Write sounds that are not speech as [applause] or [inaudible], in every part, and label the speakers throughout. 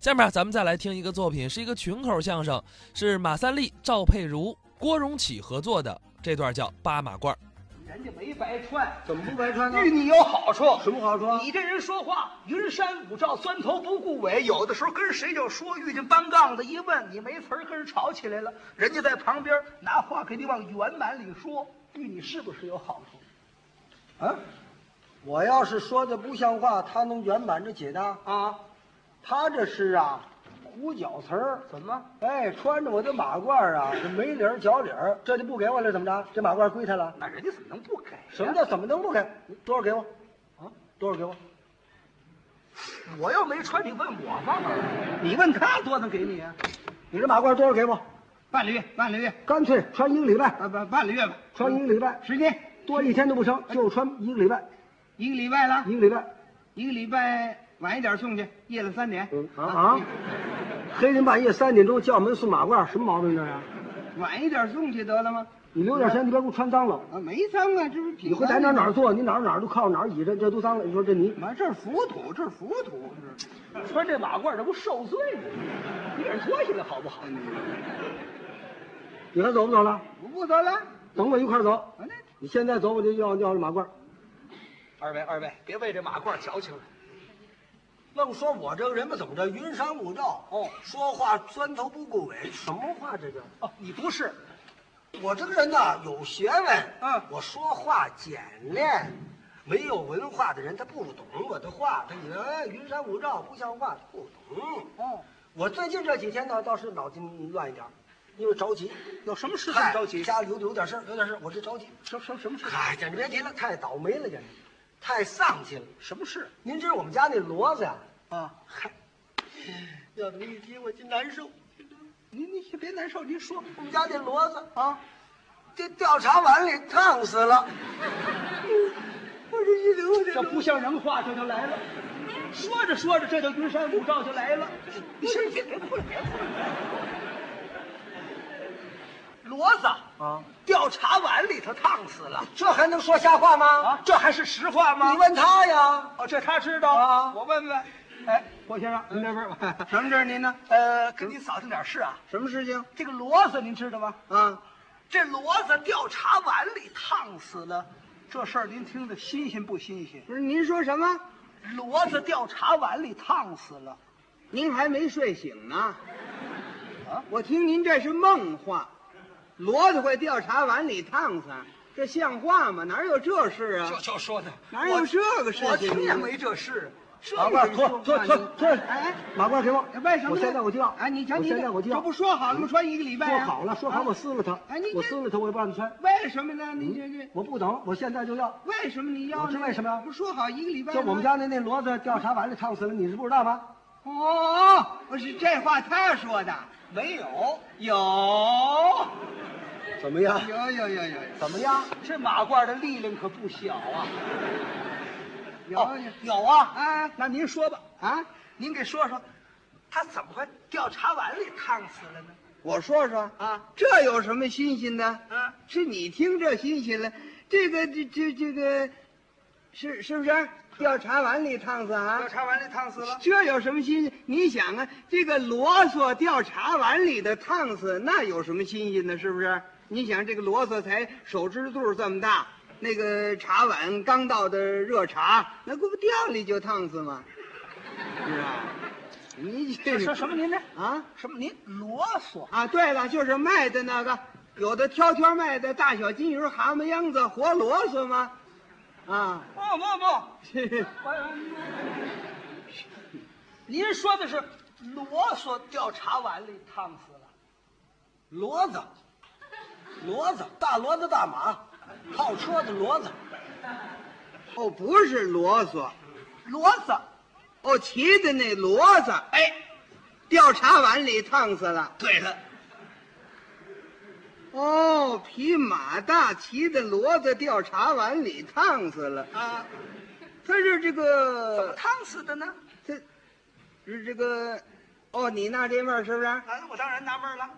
Speaker 1: 下面啊咱们再来听一个作品，是一个群口相声，是马三立、赵佩茹、郭荣启合作的，这段叫《八马褂》。
Speaker 2: 人家没白穿，
Speaker 3: 怎么不白穿呢？
Speaker 2: 对你有嗯好处。
Speaker 3: 什么好处啊？
Speaker 2: 你这人说话云山雾罩，钻头不顾尾，有的时候跟谁就说，遇见搬杠子一问，你没词儿跟人吵起来了，人家在旁边拿话给你往圆满里说，对你是不是有好处？啊
Speaker 3: 我要是说的不像话，他能圆满着解答。
Speaker 2: 啊，
Speaker 3: 他这是啊，胡搅词儿。
Speaker 2: 怎么？
Speaker 3: 哎，穿着我的马褂儿啊，这没理儿脚理儿，这就不给我了，怎么着？这马褂归他了？
Speaker 2: 那人家怎么能不给呀？
Speaker 3: 什么叫怎么能不给？你多少给我？啊，多少给我？
Speaker 2: 我又没穿，你问我干嘛？你问他多能给你啊？
Speaker 3: 你这马褂多少给我？
Speaker 2: 半个月，半个月，
Speaker 3: 干脆穿一个礼拜，
Speaker 2: 半半半个月吧，
Speaker 3: 穿一个礼拜，
Speaker 2: 十天，
Speaker 3: 多一天都不成，就穿一个礼拜，
Speaker 2: 一个礼拜了，
Speaker 3: 一个礼拜。
Speaker 2: 一个礼拜晚一点送去，夜里三点。
Speaker 3: 嗯啊啊！黑天半夜三点钟叫门送马褂，什么毛病这是？
Speaker 2: 晚一点送去得了吗？
Speaker 3: 你留点时间，你别给我穿脏了。
Speaker 2: 啊，没脏啊，这不是
Speaker 3: 你
Speaker 2: 品
Speaker 3: 会在哪儿哪儿坐，你哪儿哪儿都靠哪儿倚着，这都脏了。你说这你
Speaker 2: 嘛？这是浮土，这是浮土。穿这马褂，这不受罪吗？你给人脱下来好不好？
Speaker 3: 你还走不走了？
Speaker 2: 我不走了。
Speaker 3: 等我一块儿走。
Speaker 2: 那
Speaker 3: 你现在走我就要要这马褂。
Speaker 2: 二位，二位，别为这马褂矫情了。
Speaker 3: 愣说我这个人吧，怎么着云山雾罩？
Speaker 2: 哦
Speaker 3: 说话钻头不顾尾，什么话这叫？
Speaker 2: 哦，你不是，
Speaker 3: 我这个人呐，有学问，
Speaker 2: 嗯
Speaker 3: 我说话简练，没有文化的人他不懂我的话，他以为哎云山雾罩不像话，他不懂。
Speaker 2: 哦，
Speaker 3: 我最近这几天呢，倒是脑筋乱一点儿，因为着急，
Speaker 2: 有什么事
Speaker 3: 太
Speaker 2: 太着急？
Speaker 3: 家里有有点事儿，有点事儿，我这着急。
Speaker 2: 什什什么事？
Speaker 3: 嗨，简直别提了，太倒霉了，简直，太丧气了。
Speaker 2: 什么事？
Speaker 3: 您知道我们家那骡子呀、
Speaker 2: 啊，
Speaker 3: 嗨，要这么一提我就难受。
Speaker 2: 您您先别难受，您说
Speaker 3: 我们家那骡子
Speaker 2: 啊。
Speaker 3: 这调查碗里烫死了，我这一流
Speaker 2: 这
Speaker 3: 这
Speaker 2: 不像人话，这就来了。说着说着，这就云山雾罩就来了。你先别别哭了，别哭了。骡子
Speaker 3: 啊，
Speaker 2: 掉茶碗里头烫死了
Speaker 3: 这还能说瞎话吗？
Speaker 2: 啊！这还是实话吗
Speaker 3: 你？问他呀。
Speaker 2: 哦，这他知道
Speaker 3: 啊
Speaker 2: 我问问，哎，
Speaker 3: 郭先生，您这边吧
Speaker 2: [laughs] 什么事儿您呢？呃，跟您扫听点事啊。
Speaker 3: 什么事情
Speaker 2: 这个骡子您知道吗？
Speaker 3: 啊？
Speaker 2: 这骡子掉茶碗里烫死了，这事儿您听着新鲜不新鲜？
Speaker 3: 不是您说什么？
Speaker 2: 骡子掉茶碗里烫死了。
Speaker 3: 您还没睡醒呢。
Speaker 2: 啊
Speaker 3: 我听您这是梦话，骡子会掉茶碗里烫死，这像话吗？哪有这事啊
Speaker 2: 就就说的，
Speaker 3: 哪有这个事情啊
Speaker 2: 我听也没这事。这
Speaker 3: 马褂脱脱脱脱！哎，马褂给我。
Speaker 2: 为什么呢？
Speaker 3: 我现在我就要。
Speaker 2: 哎，你瞧
Speaker 3: 我
Speaker 2: 你
Speaker 3: 现在我就要。嗯
Speaker 2: 这不说好了吗？穿一个礼拜
Speaker 3: 说
Speaker 2: 啊。
Speaker 3: 好了，说好
Speaker 2: 啊
Speaker 3: 我撕了它。
Speaker 2: 哎你这
Speaker 3: 我撕了它，我也不让你穿。
Speaker 2: 为什么呢？你这这
Speaker 3: 我不等，我现在就要。
Speaker 2: 为什么你要呢？
Speaker 3: 我知为什么呀
Speaker 2: 不说好一个礼拜
Speaker 3: 就
Speaker 2: 吗？
Speaker 3: 我们家那那骡子掉茶碗里烫死了，你是不知道吗？
Speaker 2: 哦，不是这话他说的，没有有
Speaker 3: 怎么样？
Speaker 2: 有有有有，
Speaker 3: 怎么样？
Speaker 2: 这马褂的力量可不小啊！有
Speaker 3: 哦
Speaker 2: 有
Speaker 3: 有啊。
Speaker 2: 啊，那您说吧，
Speaker 3: 啊，
Speaker 2: 您给说说，他怎么会掉茶碗里烫死了呢？
Speaker 3: 我说嗯说
Speaker 2: 啊，
Speaker 3: 这有什么新鲜的？
Speaker 2: 啊，
Speaker 3: 是你听这新鲜了，这个这这这个，是是不是掉茶碗里烫死啊
Speaker 2: 掉？茶碗里烫死了。
Speaker 3: 这有什么新鲜？你想啊，这个啰嗦掉茶碗里的烫死，那有什么新鲜的？是不是？你想这个啰嗦才手指肚这么大，那个茶碗刚倒的热茶，那不掉里就烫死吗？是啊，你这
Speaker 2: 哎说什么您呢？
Speaker 3: 啊
Speaker 2: 什么您啰嗦？
Speaker 3: 啊！对了，就是卖的那个，有的挑挑卖的大小金鱼、蛤蟆秧子、活啰嗦吗？啊， [laughs]
Speaker 2: 不不不，您说的是啰嗦掉茶碗里烫死了。
Speaker 3: 骡子，骡子，大骡子大马，套车的骡子。哦，不是啰嗦，
Speaker 2: 骡子，
Speaker 3: 哦，骑的那骡子，
Speaker 2: 哎，
Speaker 3: 掉茶碗里烫死了。
Speaker 2: 对了，
Speaker 3: 哦，匹马大骑的骡子掉茶碗里烫死了。
Speaker 2: 啊，
Speaker 3: 他是这
Speaker 2: 怎么
Speaker 3: 个，
Speaker 2: 烫死的呢？
Speaker 3: 他是这个，哦，你那这面是不是？
Speaker 2: 哎，我当然纳闷了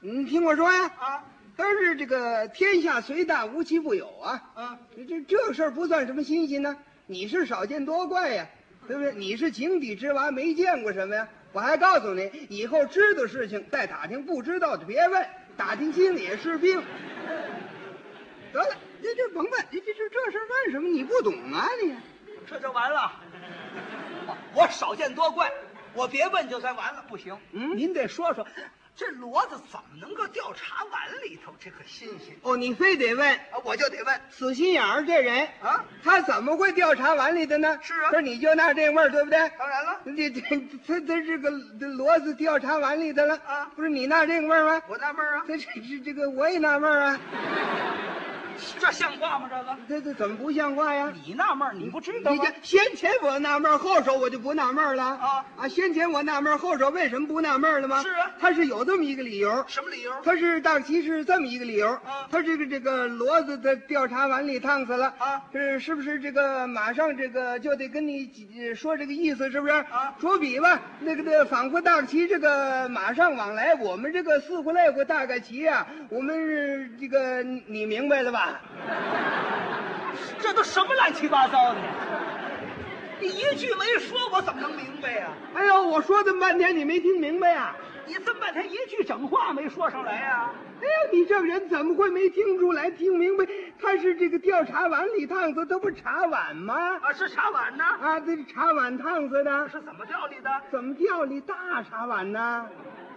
Speaker 3: 你听我说呀，
Speaker 2: 啊，
Speaker 3: 他是这个天下虽大，无奇不有啊。
Speaker 2: 嗯，
Speaker 3: 这这这事儿不算什么新鲜呢，你是少见多怪呀，对不对？你是井底之蛙，没见过什么呀？我还告诉你，以后知道事情再打听，不知道的别问，打听心里是病。得了，你这甭问，你这这这事儿问什么？你不懂啊你？
Speaker 2: 这就完了。我少见多怪，我别问就算完了，不行。
Speaker 3: 嗯
Speaker 2: 您得说说，这骡子怎么能够掉茶碗里头？这可新鲜
Speaker 3: 哦，你非得问。
Speaker 2: 啊！我就得问
Speaker 3: 死心眼儿这人
Speaker 2: 啊，
Speaker 3: 他怎么会掉茶碗里的呢？
Speaker 2: 是啊
Speaker 3: 不是你就那这味儿，对不对？
Speaker 2: 当然了
Speaker 3: [laughs] 这这他他这个这骡子掉茶碗里的了
Speaker 2: 啊
Speaker 3: 不是你那这个味儿吗？
Speaker 2: 我纳闷啊，
Speaker 3: 这这这这个我也纳闷儿啊，
Speaker 2: 这像话吗？这个
Speaker 3: 这这怎么不像话呀？
Speaker 2: 你纳闷，你不知道
Speaker 3: 你
Speaker 2: 吗
Speaker 3: 这？先前我纳闷儿，后手我就不纳闷儿了
Speaker 2: 啊
Speaker 3: 啊！先前我纳闷儿，后手为什么不纳闷儿了吗？
Speaker 2: 是啊
Speaker 3: 他是有这么一个理由，
Speaker 2: 什么理由？
Speaker 3: 他是大其是这么一个理由，
Speaker 2: 啊
Speaker 3: 他这个这个骡子的调查碗里烫死了
Speaker 2: 啊
Speaker 3: 是是不是这个马上这个就得跟你几呃说这个意思是不是
Speaker 2: 啊
Speaker 3: 着笔吧，那个的仿佛大齐这个马上往来，我们这个似乎来过大概齐呀、我们是这个你你明白了吧？
Speaker 2: 这都什么乱七八糟的？你一句没说，我怎么能明白呀、
Speaker 3: 哎呦，我说这么半天你没听明白呀、
Speaker 2: 你这么半天一句整话没说上来呀、
Speaker 3: 哎呀，你这个人怎么会没听出来、听明白？他是这个调查碗里烫死，他不茶碗吗？
Speaker 2: 啊？是茶碗呢？
Speaker 3: 啊，这茶碗烫死的。
Speaker 2: 是怎么调理的？
Speaker 3: 怎么调理大茶碗呢？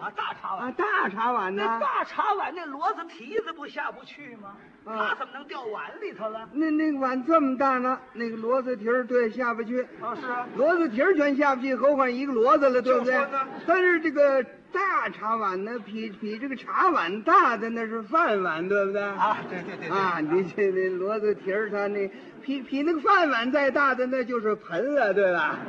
Speaker 2: 啊，大茶碗。
Speaker 3: 啊，大茶碗
Speaker 2: 那
Speaker 3: 呢？
Speaker 2: 大茶碗那骡子蹄子不下不去吗？
Speaker 3: 嗯
Speaker 2: 它怎么能掉碗里头了？
Speaker 3: 那那个碗这么大呢，那个骡子蹄儿对下不去，
Speaker 2: 啊，是啊，
Speaker 3: 骡子蹄儿全下不去，何况一个骡子了，对不对
Speaker 2: 就说呢？
Speaker 3: 但是这个大茶碗呢，比比这个茶碗大的那是饭碗，对不对？
Speaker 2: 啊，对对对对
Speaker 3: 啊，你这这骡子蹄儿它那比比那个饭碗再大的那就是盆了，对吧？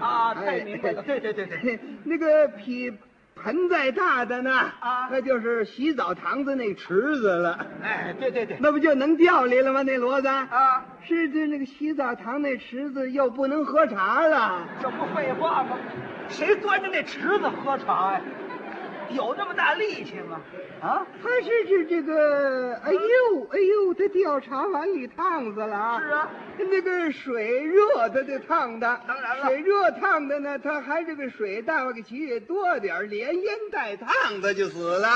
Speaker 2: 啊，太明白了，
Speaker 3: 哎
Speaker 2: 对对对对，
Speaker 3: [laughs] 那个比盆再大的呢，
Speaker 2: 啊
Speaker 3: 那就是洗澡堂子那池子了。
Speaker 2: 哎，对对对，
Speaker 3: 那不就能调理了吗？那骡子
Speaker 2: 啊，
Speaker 3: 是这那个洗澡堂那池子又不能喝茶了。
Speaker 2: 这不废话吗？谁端着那池子喝茶呀？有那么大力气吗？啊，
Speaker 3: 他是指这个，哎呦哎呦，他掉茶碗里烫死了啊！
Speaker 2: 是啊，
Speaker 3: 那个水热的就烫的，
Speaker 2: 当然了
Speaker 3: 水热烫的呢，他还这个水大个起多点儿连烟带烫的就死了。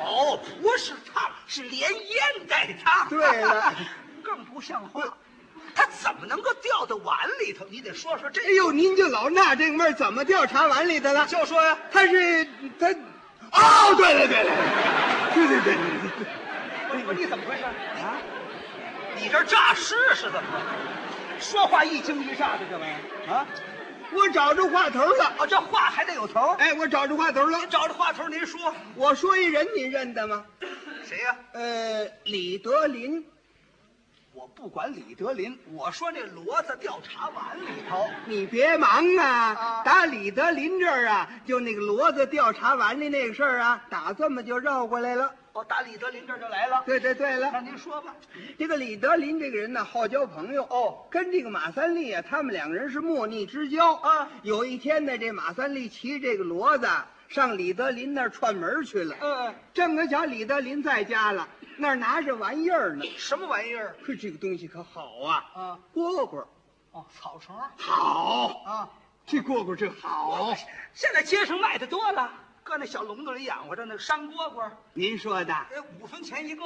Speaker 2: 哦，不是烫，是连烟带烫。
Speaker 3: 对了，
Speaker 2: [laughs] 更不像话，它怎么能够掉到碗里头？你得说说这
Speaker 3: 哎呦，您就老纳这个味儿，怎么掉茶碗里的了？
Speaker 2: 就说呀、
Speaker 3: 他是他，哦，对了对了，对对对对对。
Speaker 2: 我说你怎么回事啊？你这诈尸是怎么回事？说话一惊一乍的这玩意儿啊！
Speaker 3: 我找着话头了，
Speaker 2: 哦，这话还得有头儿。
Speaker 3: 哎，我找着话头了
Speaker 2: 您。找着话头儿您说，
Speaker 3: 我说一人，你认得吗？
Speaker 2: 谁呀、
Speaker 3: 呃，李德林，
Speaker 2: 我不管李德林，我说那骡子掉茶碗里头，
Speaker 3: 你别忙啊
Speaker 2: 啊！
Speaker 3: 打李德林这儿啊，就那个骡子掉茶碗里那个事儿啊，打这么就绕过来了。
Speaker 2: 我哦打李德林这儿就来了。
Speaker 3: 对对对
Speaker 2: 那
Speaker 3: 了，
Speaker 2: 您说吧，
Speaker 3: 这个李德林这个人呢，好交朋友
Speaker 2: 哦，
Speaker 3: 跟这个马三立啊，他们两个人是莫逆之交
Speaker 2: 啊。
Speaker 3: 有一天呢，这马三立骑这个骡子上李德林那儿串门儿去了。
Speaker 2: 嗯，
Speaker 3: 正可巧李德林在家了，那儿拿着玩意儿呢。
Speaker 2: 哎什么玩意儿
Speaker 3: 可这个东西可好啊！
Speaker 2: 啊？
Speaker 3: 蝈蝈
Speaker 2: 哦，草绳
Speaker 3: 好，
Speaker 2: 啊！
Speaker 3: 这蝈蝈这好。啊
Speaker 2: 现在街上卖的多了，搁那小笼子里养活着那山蝈蝈，
Speaker 3: 您说的
Speaker 2: 呃，五分钱一个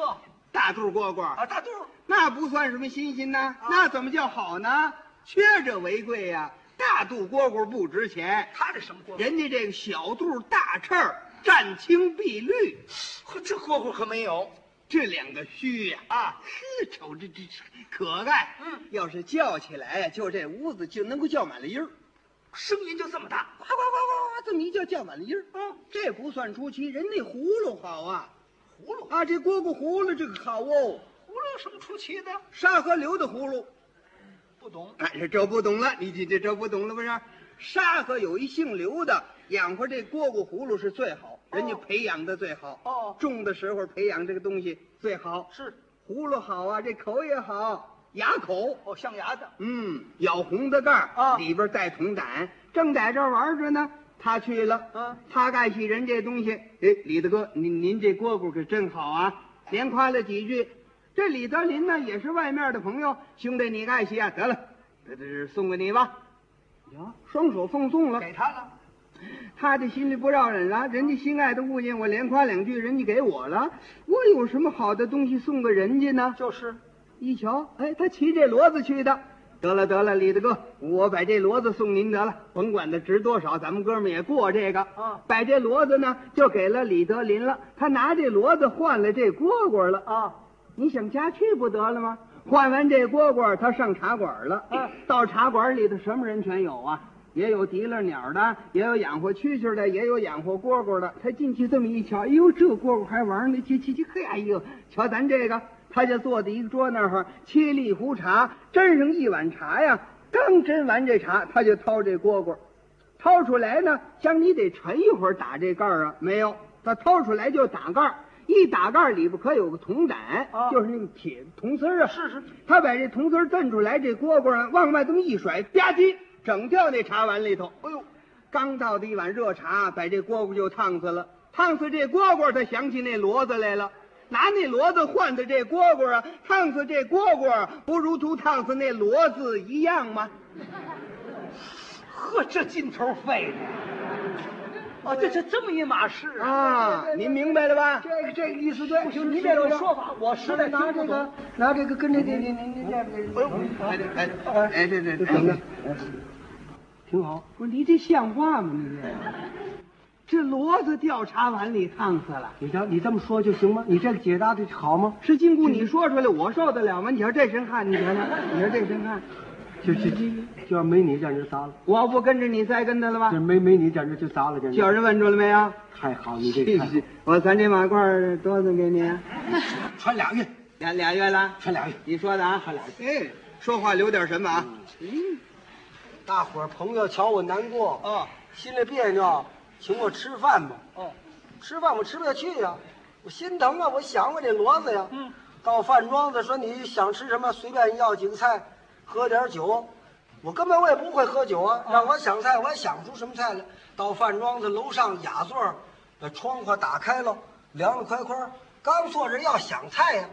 Speaker 3: 大肚蝈蝈，
Speaker 2: 啊，大肚儿。
Speaker 3: 那不算什么新鲜呢，
Speaker 2: 啊
Speaker 3: 那怎么叫好呢？缺者为贵呀、大肚蝈蝈不值钱，
Speaker 2: 他这什么蝈蝈？
Speaker 3: 人家这个小肚大翅儿，湛青碧绿，
Speaker 2: 呵这蝈蝈可没有
Speaker 3: 这两个须呀、
Speaker 2: 啊！
Speaker 3: 呵，瞅这这可爱。
Speaker 2: 嗯，
Speaker 3: 要是叫起来呀，就这屋子就能够叫满了音儿。
Speaker 2: 声音就这么大，
Speaker 3: 呱呱呱呱呱，这么一叫叫满了音儿。
Speaker 2: 嗯，
Speaker 3: 这不算出奇，人那葫芦好啊
Speaker 2: 葫芦，
Speaker 3: 啊！这蝈蝈葫芦这个好哦，
Speaker 2: 葫芦有什么出奇的？
Speaker 3: 沙河流的葫芦。
Speaker 2: 不懂
Speaker 3: 哎，这不懂了，你这这这不懂了不是？沙河有一姓刘的，养活这蝈蝈葫芦是最好，人家培养的最好。
Speaker 2: 哦
Speaker 3: 种的时候培养这个东西最好，
Speaker 2: 是
Speaker 3: 葫芦好啊，这口也好，牙口。
Speaker 2: 哦，象牙的
Speaker 3: 嗯，咬红的盖儿
Speaker 2: 啊
Speaker 3: 里边带铜胆，正在这儿玩着呢。他去了，
Speaker 2: 啊
Speaker 3: 他爱惜人这东西。哎，李大哥，您您这蝈蝈可真好啊，连夸了几句。这李德林呢，也是外面的朋友，兄弟你爱惜啊，得了，这这这送给你吧。呀，双手奉送了，
Speaker 2: 给他了，
Speaker 3: 他这心里不饶人了，人家心爱的物件，我连夸两句，人家给我了，我有什么好的东西送给人家呢？
Speaker 2: 就是
Speaker 3: 一瞧，哎，他骑这骡子去的。得了得了，李大哥，我把这骡子送您得了，甭管它值多少，咱们哥们也过这个。
Speaker 2: 啊
Speaker 3: 把这骡子呢就给了李德林了，他拿这骡子换了这蝈蝈了。
Speaker 2: 啊，
Speaker 3: 你想家去不得了吗？换完这蝈蝈，他上茶馆了。
Speaker 2: 啊
Speaker 3: 到茶馆里头什么人全有啊？也有提了鸟的，也有养活蛐蛐的，也有养活蝈蝈的。他进去这么一瞧，哎呦，这蝈蝈还玩呢，去去去，嘿，哎呦，瞧咱这个，他就坐在一个桌那儿，沏了一壶茶，斟上一碗茶呀。刚斟完这茶，他就掏这蝈蝈，掏出来呢，像你得沉一会儿打这盖儿啊，没有，他掏出来就打盖儿，一打盖儿里边可有个铜胆，
Speaker 2: 啊
Speaker 3: 就是那个铁铜丝儿啊。
Speaker 2: 是是，
Speaker 3: 他把这铜丝儿蹬出来，这蝈蝈啊往外这么一甩，吧唧，整掉那茶碗里头。哎呦，刚倒的一碗热茶，把这蝈蝈就烫死了。烫死这蝈蝈，他想起那骡子来了。拿那骡子换的这蝈蝈啊，烫死这蝈蝈啊，不如同烫死那骡子一样吗？
Speaker 2: 呵，这劲头费的。哦，这这这么一码事
Speaker 3: 啊，您明白了吧？
Speaker 2: 这个哎这个意思对，
Speaker 3: 是
Speaker 2: 就您
Speaker 3: 是
Speaker 2: 这种
Speaker 3: 这个
Speaker 2: 说法，我实在
Speaker 3: 拿
Speaker 2: 听不
Speaker 3: 这个
Speaker 2: 懂。，
Speaker 3: 拿这个跟这这这这这，哎呦，哎哎哎，这这什么？挺好。不是你这像话吗？你这，这骡子掉茶碗里烫死了。
Speaker 4: 你瞧，你这么说就行吗？你这个解答的好吗？
Speaker 3: 是金姑，你说出来我受得了吗？你瞧这身汗，你瞧瞧，你瞧这身汗，
Speaker 4: 就就就就要没你简直砸了，
Speaker 3: 我要不跟着你栽跟头了吧
Speaker 4: 这？没没你简直就砸了，简
Speaker 3: 有
Speaker 4: 直
Speaker 3: 人问住了没有？哎
Speaker 4: 太好，你这个太好
Speaker 3: 我咱这马褂儿多少给你？
Speaker 4: 穿俩月，
Speaker 3: 俩俩月了。
Speaker 4: 穿俩月。
Speaker 3: 你说的啊？哎，说话留点什么啊？
Speaker 4: 大伙儿朋友瞧我难过，
Speaker 3: 哦，
Speaker 4: 心里别扭，请我吃饭吧。
Speaker 3: 哦，
Speaker 4: 吃饭我吃不下去呀、我心疼啊，我想我这骡子呀。嗯，到饭庄子说你想吃什么，随便要几个菜，喝点酒。我根本我也不会喝酒啊，让我想菜我也想不出什么菜来。到饭庄子楼上雅座儿，把窗户打开了，凉凉快快儿。刚坐着要想菜呀、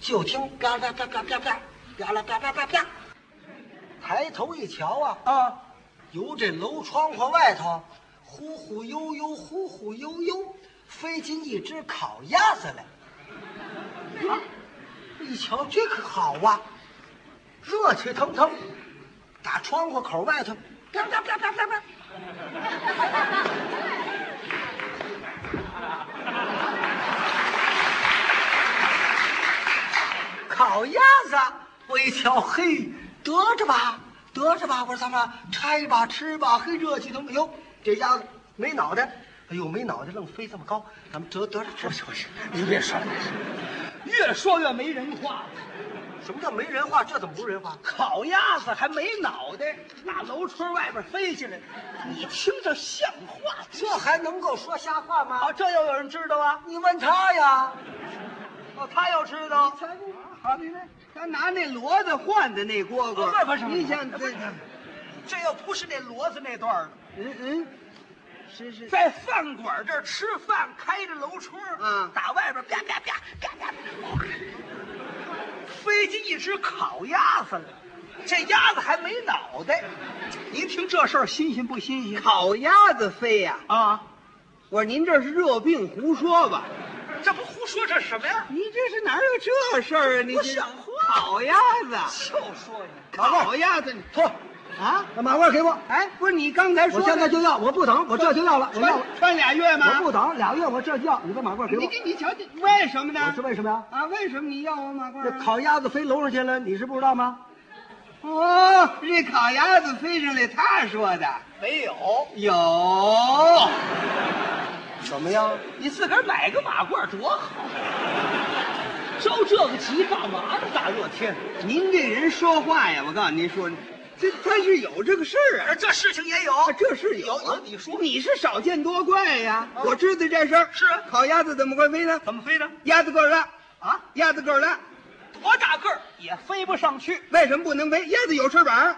Speaker 4: 就听嘎嘎嘎嘎嘎嘎，嘎啦嘎嘎嘎嘎。抬头一瞧啊，
Speaker 3: 啊，
Speaker 4: 由这楼窗户外头，忽忽悠悠，忽忽悠悠，飞进一只烤鸭子来。啊！一瞧这可好啊，热气腾腾，打窗户口外头，啪啪啪啪啪啪。烤鸭子，我一瞧，嘿，得着吧，得着吧！我说咱们拆吧，吃吧，嘿，热气腾腾。哟，这鸭子没脑袋，哎呦，没脑袋，愣飞这么高，咱们得得着吃吧。哎我去，您别说了，
Speaker 2: 越说越没人话。
Speaker 4: 什么叫没人话？这怎么不是人话？
Speaker 2: 烤鸭子还没脑袋，那楼窗外边飞起来，你听着像话
Speaker 4: 这还能够说瞎话吗？
Speaker 2: 啊？这要有人知道啊？
Speaker 4: 你问他呀，
Speaker 2: 哦，他要知道，
Speaker 3: 好，你来，他拿那骡子换的那蝈蝈
Speaker 2: 啊不是，不是
Speaker 3: 你想
Speaker 2: 不
Speaker 3: 这，
Speaker 2: 是这要不是那骡子那段儿，
Speaker 3: 嗯嗯，是是，
Speaker 2: 在饭馆这儿吃饭，开着楼窗，
Speaker 3: 嗯
Speaker 2: 打外边啪啪啪啪啪，飞进一只烤鸭子来，这鸭子还没脑袋，您听这事儿新鲜不新鲜？
Speaker 3: 烤鸭子飞呀、
Speaker 2: 啊，
Speaker 3: 我说您这是热病胡说吧？
Speaker 2: 这不胡说，这是什么呀？
Speaker 3: 你这是哪有这事儿啊？你
Speaker 2: 不
Speaker 3: 这
Speaker 2: 像话
Speaker 3: 烤鸭子，
Speaker 2: 就说你。
Speaker 3: 烤鸭子，你
Speaker 4: 嚯，
Speaker 3: 啊？
Speaker 4: 把马褂给我，
Speaker 3: 哎，不是你刚才说
Speaker 4: 我
Speaker 3: 的
Speaker 4: 现在就要，我不等，我这就要了，我要，
Speaker 3: 穿穿俩月
Speaker 4: 我
Speaker 3: 吗？
Speaker 4: 不等，俩月我这就要，你把马褂给
Speaker 3: 你
Speaker 4: 我，
Speaker 3: 这你瞧你为什
Speaker 4: 我
Speaker 3: 么呢
Speaker 4: 是？为什么呀？
Speaker 3: 啊，为什么你要我马褂
Speaker 4: 这
Speaker 3: 啊？
Speaker 4: 烤鸭子飞楼上去了，你是不知道吗？
Speaker 3: 哦，这烤鸭子飞上来，他说的
Speaker 2: 没有，
Speaker 3: 有。
Speaker 4: 怎么样？
Speaker 2: 你自个儿买个马褂多好，着这个急干嘛呢？大热天，
Speaker 3: 您这人说话呀，我告诉您说，这他是有这个事儿啊，
Speaker 2: 这事情也有
Speaker 3: 啊这是有
Speaker 2: 有
Speaker 3: 啊
Speaker 2: 有。你说
Speaker 3: 你是少见多怪呀，
Speaker 4: 哦
Speaker 3: 我知道这事儿
Speaker 2: 是啊
Speaker 3: 烤鸭子怎么会飞呢？
Speaker 2: 怎么飞的？
Speaker 3: 鸭子个儿大
Speaker 2: 啊，
Speaker 3: 鸭子个儿大，
Speaker 2: 多大个儿也飞不上去，
Speaker 3: 为什么不能飞？鸭子有翅膀，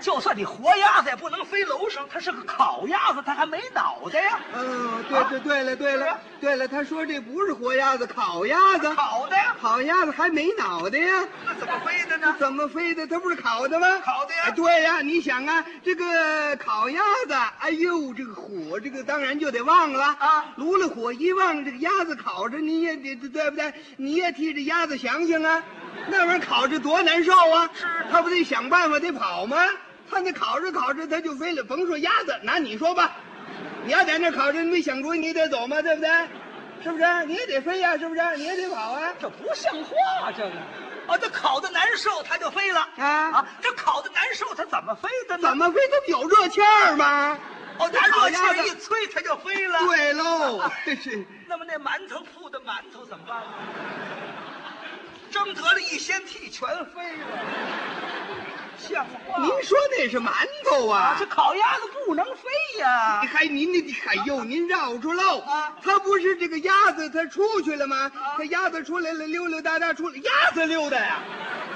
Speaker 2: 就算你活鸭子也不能飞楼上，它是个烤鸭子，它还没脑袋呀，
Speaker 3: 嗯，对对对了对了对了，他说这不是活鸭子，烤鸭子，
Speaker 2: 烤的呀，
Speaker 3: 烤鸭子还没脑袋呀。
Speaker 2: 那怎么飞的呢？
Speaker 3: 怎么飞的？它不是烤的吗？
Speaker 2: 烤的呀
Speaker 3: 哎对呀，你想啊，这个烤鸭子，哎呦，这个火，这个当然就得忘了
Speaker 2: 啊
Speaker 3: 炉了火一忘，这个鸭子烤着，你也得对不对？你也替这鸭子想想啊，那玩意儿烤着多难受啊！是，它不得想办法得跑吗？它那烤着烤着，它就飞了。甭说鸭子，拿你说吧，你要在那儿烤着，你没想主意，你也得走吗？对不对？是不是？你也得飞呀、是不是？你也得跑啊！
Speaker 2: 这不像话，这个。啊，这烤的难受，它就飞了
Speaker 3: 啊
Speaker 2: 啊！这烤的难受，它怎么飞的呢？
Speaker 3: 怎么飞？它不有热气儿吗？
Speaker 2: 哦，拿
Speaker 3: 烤
Speaker 2: 热气
Speaker 3: 鸭
Speaker 2: 儿
Speaker 3: 子
Speaker 2: 一吹，它就飞了。，
Speaker 3: 对喽，
Speaker 2: [laughs]
Speaker 3: 这是
Speaker 2: 那么那馒头铺的馒头怎么办呢？蒸得了一仙屉，全飞了，像话吗？
Speaker 3: 您说那是馒头
Speaker 2: 啊，
Speaker 3: 啊
Speaker 2: 这？烤鸭子不能飞呀
Speaker 3: 你！还您那哎呦，您绕住喽
Speaker 2: 啊！
Speaker 3: 他不是这个鸭子，它出去了吗？
Speaker 2: 啊
Speaker 3: 它鸭子出来了，溜溜达达出来，鸭子溜达呀，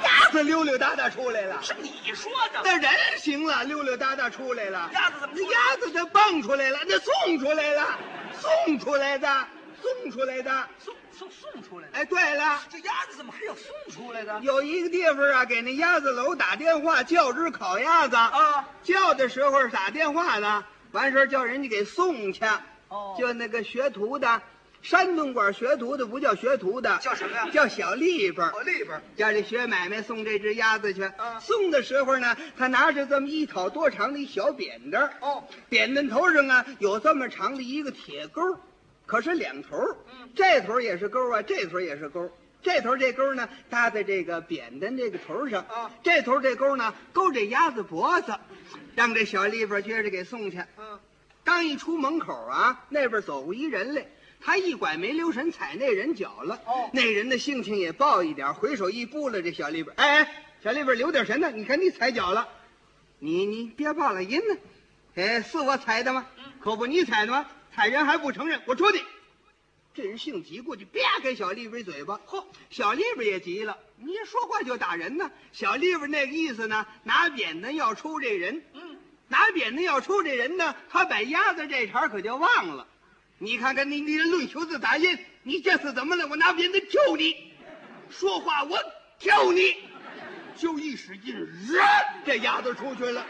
Speaker 3: 鸭子溜溜达达出来了。
Speaker 2: 是你说的，
Speaker 3: 那人行了，溜溜达达出来了。
Speaker 2: 鸭子怎么出
Speaker 3: 那
Speaker 2: 来
Speaker 3: 鸭子它蹦出来了，那送出来了，送出来的，送出来的。
Speaker 2: 送送送出来的。
Speaker 3: 哎，对了。
Speaker 2: 这鸭子怎么还有送出来的？
Speaker 3: 有一个地方啊，给那鸭子楼打电话叫只烤鸭子
Speaker 2: 啊，
Speaker 3: 叫的时候打电话呢，完事儿叫人家给送去。
Speaker 2: 哦
Speaker 3: 就那个学徒的，山东管学徒的不叫学徒的，
Speaker 2: 叫什么呀
Speaker 3: 叫小利本儿。
Speaker 2: 我里边儿
Speaker 3: 叫这学买卖送这只鸭子去，
Speaker 2: 啊
Speaker 3: 送的时候呢，他拿着这么一挑多长的一小扁担儿
Speaker 2: 哦，
Speaker 3: 扁担头上啊有这么长的一个铁钩儿，可是两头儿，
Speaker 2: 嗯
Speaker 3: 这头儿也是钩啊，这头儿也是钩儿，这头儿这钩儿呢搭在这个扁担这个头儿上
Speaker 2: 啊
Speaker 3: 这头儿这钩儿呢勾这鸭子脖子，让这小利本儿撅着给送去。
Speaker 2: 嗯，
Speaker 3: 刚一出门口啊，那边走过一人来，他一拐没留神踩那人脚了。
Speaker 2: 哦
Speaker 3: 那人的性情也暴一点，回手一扑了这小立本，哎哎，小立本留点神呢，你看你踩脚了，你你别报了音呢，哎，是我踩的吗？可不，你踩的吗？踩人还不承认，我出去。这人性急，过去啪给小利本一嘴巴。嚯，小利本也急了，你一说话就打人呢。小利本那个意思呢，拿扁担要抽这人。嗯，拿扁担要抽这人呢，他把鸭子这茬儿可就忘了。你看看你，你这论球子打印，你这次怎么了？我拿扁担救你，说话我挑你，就一使劲，人这鸭子出去了。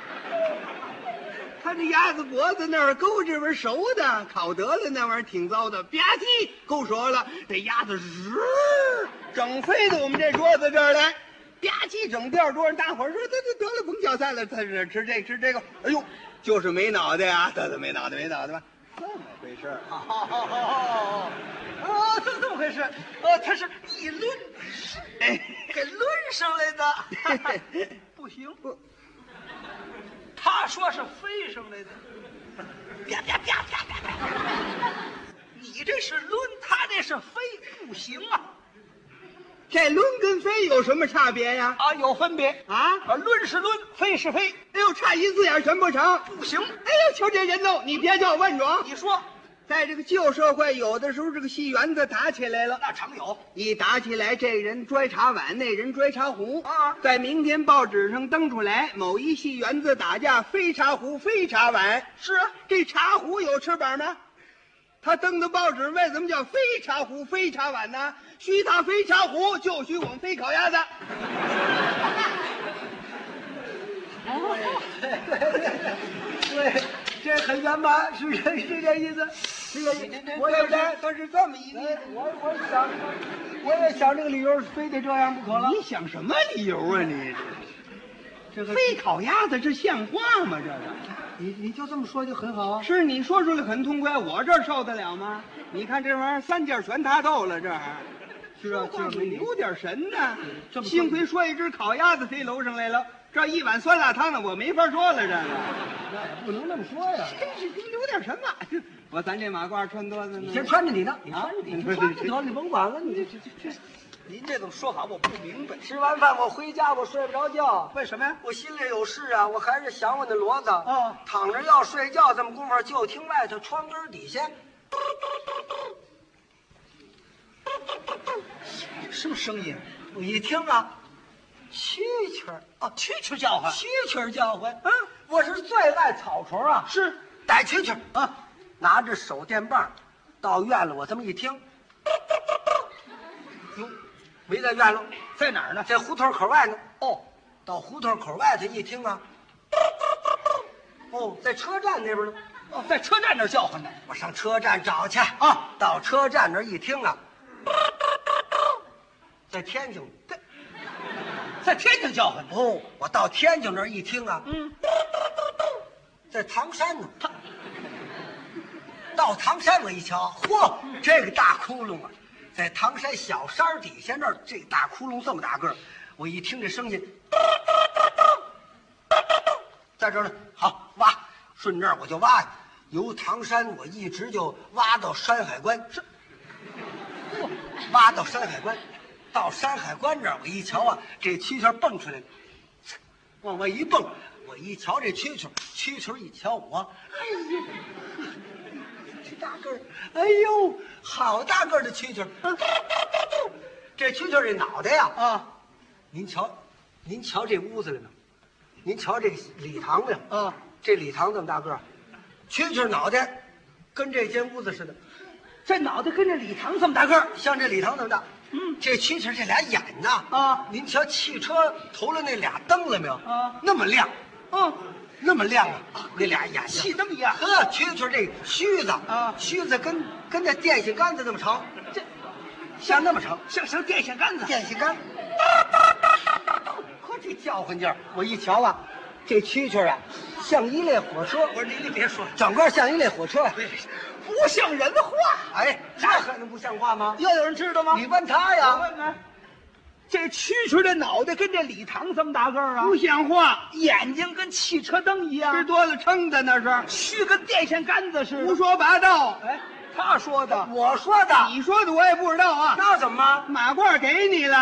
Speaker 3: 他这鸭子脖子那儿勾这边熟的，烤得了那玩意儿挺糟的，吧唧勾熟了，这鸭子日整飞到我们这桌子这儿来，吧唧整掉桌上，大伙儿说得得得了，甭搅散了，他是吃这吃这个，哎呦，就是没脑袋啊，得得没脑袋没脑袋吧，这么回事儿啊。
Speaker 2: 哦，哦，这这么回事？哦，他是一抡，给抡上来的，不行，他说是飞上来的，啪啪啪啪啪你这是抡，他这是飞，不行啊！
Speaker 3: 这抡跟飞有什么差别呀？
Speaker 2: 啊，有分别
Speaker 3: 啊，
Speaker 2: 啊，抡是抡，飞是飞，
Speaker 3: 哎呦，差一字眼儿全不成。哎
Speaker 2: 不行。
Speaker 3: 呦，瞧这人喽，你别叫我问着啊，
Speaker 2: 你说
Speaker 3: 在这个旧社会，有的时候这个戏园子打起来了。
Speaker 2: 那常有，
Speaker 3: 一打起来，这人摔茶碗，那人摔茶壶
Speaker 2: 啊
Speaker 3: 在明天报纸上登出来，某一戏园子打架，非茶壶非茶碗。
Speaker 2: 是啊，
Speaker 3: 这茶壶有翅膀吗？他登的报纸为什么叫非茶壶非茶碗呢？许他非茶壶，就许我们非烤鸭子。
Speaker 4: 对，这很圆满，是是是这意思，是这意思。我
Speaker 3: 对
Speaker 4: 也
Speaker 3: 不对？
Speaker 4: 是，
Speaker 3: 他是这么一个。
Speaker 4: 哎我我想，我也想这个理由，非得这样不可了。
Speaker 3: 你想什么理由啊你？
Speaker 4: 这个，
Speaker 3: 非烤鸭子，这像话吗？这个
Speaker 4: 你你就这么说就很好啊。
Speaker 3: 是你说出来很痛快，我这儿受得了吗？你看这玩意儿三件全搭豆了，这还。
Speaker 4: 是啊，
Speaker 3: 这
Speaker 4: 是没理由
Speaker 3: 留点神呢
Speaker 4: 这。么说
Speaker 3: 幸亏说一只烤鸭子飞楼上来了，这一碗酸辣汤呢，我没法说了。这个
Speaker 4: 不能那么说呀。
Speaker 3: 真是您留点什么？我咱这马褂穿多了呢。
Speaker 4: 你先穿着你的，你
Speaker 3: 啊
Speaker 4: 穿着你，你穿着得了，你甭管了，你这这这这。
Speaker 2: 您这种说法我不明白，
Speaker 4: 吃完饭我回家我睡不着觉，
Speaker 3: 为什么呀？
Speaker 4: 我心里有事啊，我还是想我那骡子。
Speaker 2: 啊
Speaker 3: 哦
Speaker 4: 躺着要睡觉，这么功夫就听外头窗根底下
Speaker 2: 什么声音？
Speaker 4: 我一听啊，蛐蛐儿，
Speaker 2: 哦，蛐蛐叫唤，
Speaker 4: 蛐蛐儿叫唤。
Speaker 2: 嗯，
Speaker 4: 我是最爱草虫啊，
Speaker 2: 是
Speaker 4: 逮蛐蛐儿
Speaker 2: 啊，
Speaker 4: 拿着手电棒，到院了我这么一听，哟，没在院了，
Speaker 2: 在哪儿呢？
Speaker 4: 在胡同口外呢。
Speaker 2: 哦，
Speaker 4: 到胡同口外头一听啊，哦，在车站那边呢。
Speaker 2: 哦，在车站那儿叫唤呢。
Speaker 4: 我上车站找去
Speaker 2: 啊！
Speaker 4: 到车站那儿一听啊，在天津在
Speaker 2: 在天津叫唤呢。
Speaker 4: 哦，我到天津那儿一听啊，
Speaker 2: 嗯，
Speaker 4: 在唐山呢。到唐山我一瞧，嚯，这个大窟窿啊，在唐山小山儿底下那儿，这大窟窿这么大个儿，我一听这声音，在这儿呢，好挖，顺这儿我就挖呀，由唐山我一直就挖到山海关，是，挖到山海关，到山海关这儿我一瞧啊，这蛐蛐儿蹦出来了，往外一蹦，我一瞧这蛐蛐儿，蛐蛐儿一瞧我，哎呀，这大个儿，哎呦，好大个儿的蛐蛐儿， [laughs] 这蛐蛐儿这脑袋呀、
Speaker 2: 嗯啊
Speaker 4: 您瞧，您瞧这屋子里面，您瞧这礼堂里，
Speaker 2: 啊，
Speaker 4: 这礼堂这么大个儿，蛐蛐脑袋跟这间屋子似的，
Speaker 2: 这脑袋跟这礼堂这么大个儿。
Speaker 4: 像这礼堂这么大。
Speaker 2: 嗯
Speaker 4: 这蛐蛐这俩眼呐，
Speaker 2: 啊
Speaker 4: 您瞧汽车头了那俩灯了没有？
Speaker 2: 啊
Speaker 4: 那么亮，
Speaker 2: 嗯，
Speaker 4: 那么亮啊，那俩眼睛
Speaker 2: 气这么一样，
Speaker 4: 呵，蛐蛐这须子
Speaker 2: 啊
Speaker 4: 须子跟跟那电线杆子那么长，
Speaker 2: 这
Speaker 4: 像那么长，
Speaker 2: 像像电线杆子。
Speaker 4: 电线杆， [laughs] 呵，这叫唤劲儿，我一瞧啊，这蛐蛐啊，像一列火车，
Speaker 2: 我说您您别说了，
Speaker 4: 整个像一列火车呀、
Speaker 2: 不像人话。
Speaker 4: 哎，这还能不像话吗？
Speaker 2: 要有人知道吗？
Speaker 4: 你问他
Speaker 2: 啊我
Speaker 4: 呀，
Speaker 2: 问问，这蛐蛐的脑袋跟这礼堂这么大个儿啊，啊
Speaker 3: 不像话，
Speaker 2: 眼睛跟汽车灯一
Speaker 3: 吃
Speaker 2: 样，
Speaker 3: 多了撑的那是，
Speaker 2: 须跟电线杆子似
Speaker 3: 胡
Speaker 2: 的。
Speaker 3: 说八道。
Speaker 2: 哎，他说的，
Speaker 4: 我说的，
Speaker 3: 你说的我也不知道啊，
Speaker 4: 那怎么？
Speaker 3: 马褂给你了，